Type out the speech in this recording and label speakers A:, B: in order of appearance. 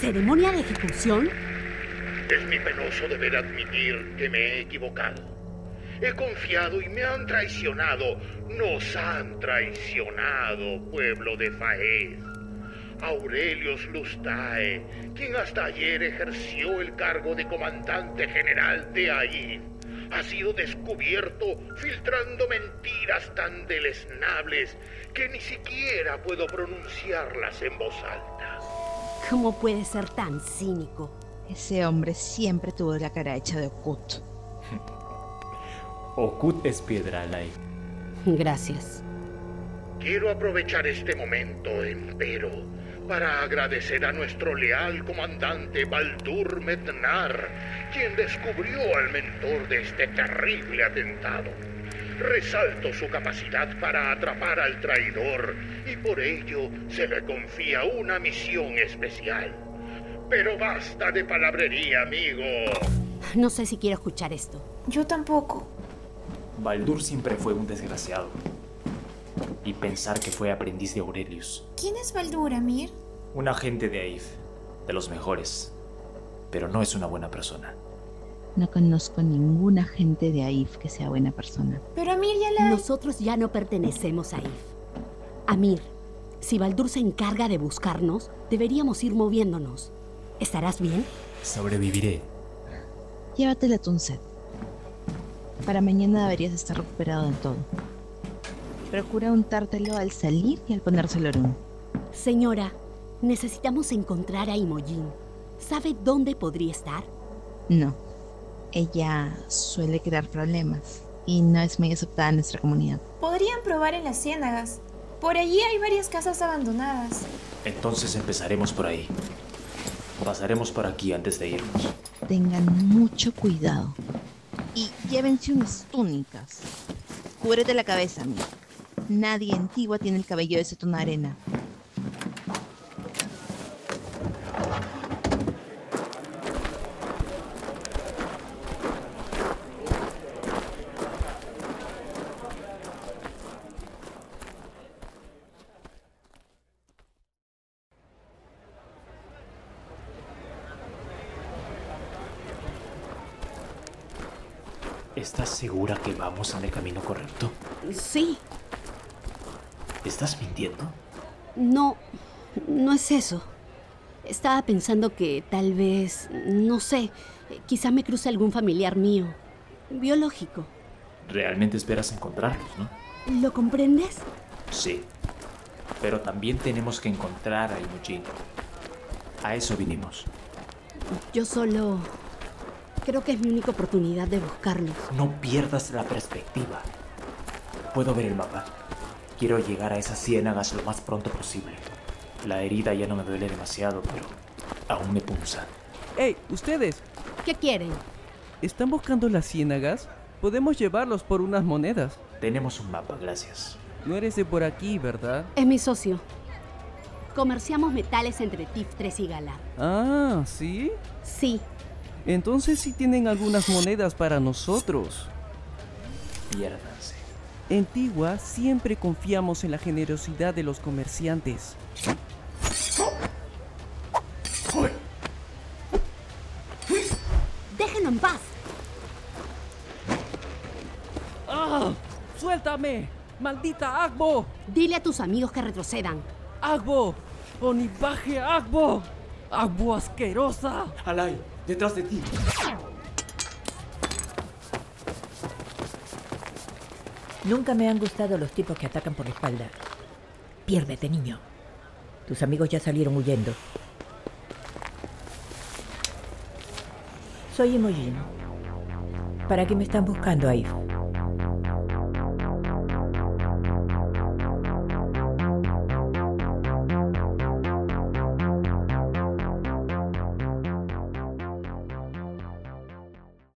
A: ¿Ceremonia de ejecución?
B: Es mi penoso deber admitir que me he equivocado. He confiado y me han traicionado. Nos han traicionado, pueblo de Faez. Aurelius Lustae, quien hasta ayer ejerció el cargo de comandante general de ahí, ha sido descubierto filtrando mentiras tan deleznables que ni siquiera puedo pronunciarlas en voz alta.
A: ¿Cómo puede ser tan cínico?
C: Ese hombre siempre tuvo la cara hecha de Okut.
D: Okut es piedra, Alay.
A: Gracias.
B: Quiero aprovechar este momento, empero, para agradecer a nuestro leal comandante Baldur Mednar, quien descubrió al mentor de este terrible atentado. Resalto su capacidad para atrapar al traidor y por ello se le confía una misión especial. Pero basta de palabrería, amigo.
A: No sé si quiero escuchar esto.
E: Yo tampoco.
D: Baldur siempre fue un desgraciado. Y pensar que fue aprendiz de Aurelius.
E: ¿Quién es Baldur, Amir?
D: Un agente de Aif, de los mejores. Pero no es una buena persona.
C: No conozco ninguna gente de AIF que sea buena persona.
E: Pero Amir ya la...
A: Nosotros ya no pertenecemos a IF. Amir, si Baldur se encarga de buscarnos, deberíamos ir moviéndonos. ¿Estarás bien?
D: Sobreviviré.
C: Llévatela a Tunset. Para mañana deberías estar recuperado del todo. Procura untártelo al salir y al ponérselo en un.
A: Señora, necesitamos encontrar a Imogen. ¿Sabe dónde podría estar?
C: No. Ella suele crear problemas y no es muy aceptada en nuestra comunidad.
E: Podrían probar en las ciénagas. Por allí hay varias casas abandonadas.
D: Entonces empezaremos por ahí. Pasaremos por aquí antes de irnos.
C: Tengan mucho cuidado y llévense unas túnicas. Cúbrete la cabeza, amigo. Nadie antigua tiene el cabello de ese tono de arena.
D: ¿Estás segura que vamos en el camino correcto?
A: Sí,
D: ¿Estás mintiendo?
A: no, no es eso. Estaba pensando que tal vez, no sé, quizá me cruce algún familiar mío. Biológico.
D: Realmente esperas encontrarnos, ¿no?
A: ¿Lo comprendes?
D: Sí. Pero también tenemos que encontrar a Imogen. A eso vinimos.
A: Yo solo... Creo que es mi única oportunidad de buscarlos.
D: No pierdas la perspectiva. Puedo ver el mapa. Quiero llegar a esas ciénagas lo más pronto posible. La herida ya no me duele demasiado, pero aún me punza.
F: ¡Ey, ustedes!
A: ¿Qué quieren?
F: ¿Están buscando las ciénagas? Podemos llevarlos por unas monedas.
D: Tenemos un mapa, gracias.
F: No eres de por aquí, ¿verdad?
A: Es mi socio. Comerciamos metales entre TIF 3 y Gala.
F: Ah, ¿sí?
A: Sí,
F: Entonces sí tienen algunas monedas para nosotros.
D: Piérdanse.
F: En Tigua siempre confiamos en la generosidad de los comerciantes.
A: déjenlo en paz.
F: ¡Ah! ¡Suéltame! ¡Maldita Agbo!
A: Dile a tus amigos que retrocedan.
F: ¡Agbo! ¡Onibaje Agbo! ¡Agbo asquerosa!
D: Alay, detrás de ti.
G: Nunca me han gustado los tipos que atacan por la espalda. Piérdete, niño. Tus amigos ya salieron huyendo. Soy Imogen. ¿Para qué me están buscando ahí?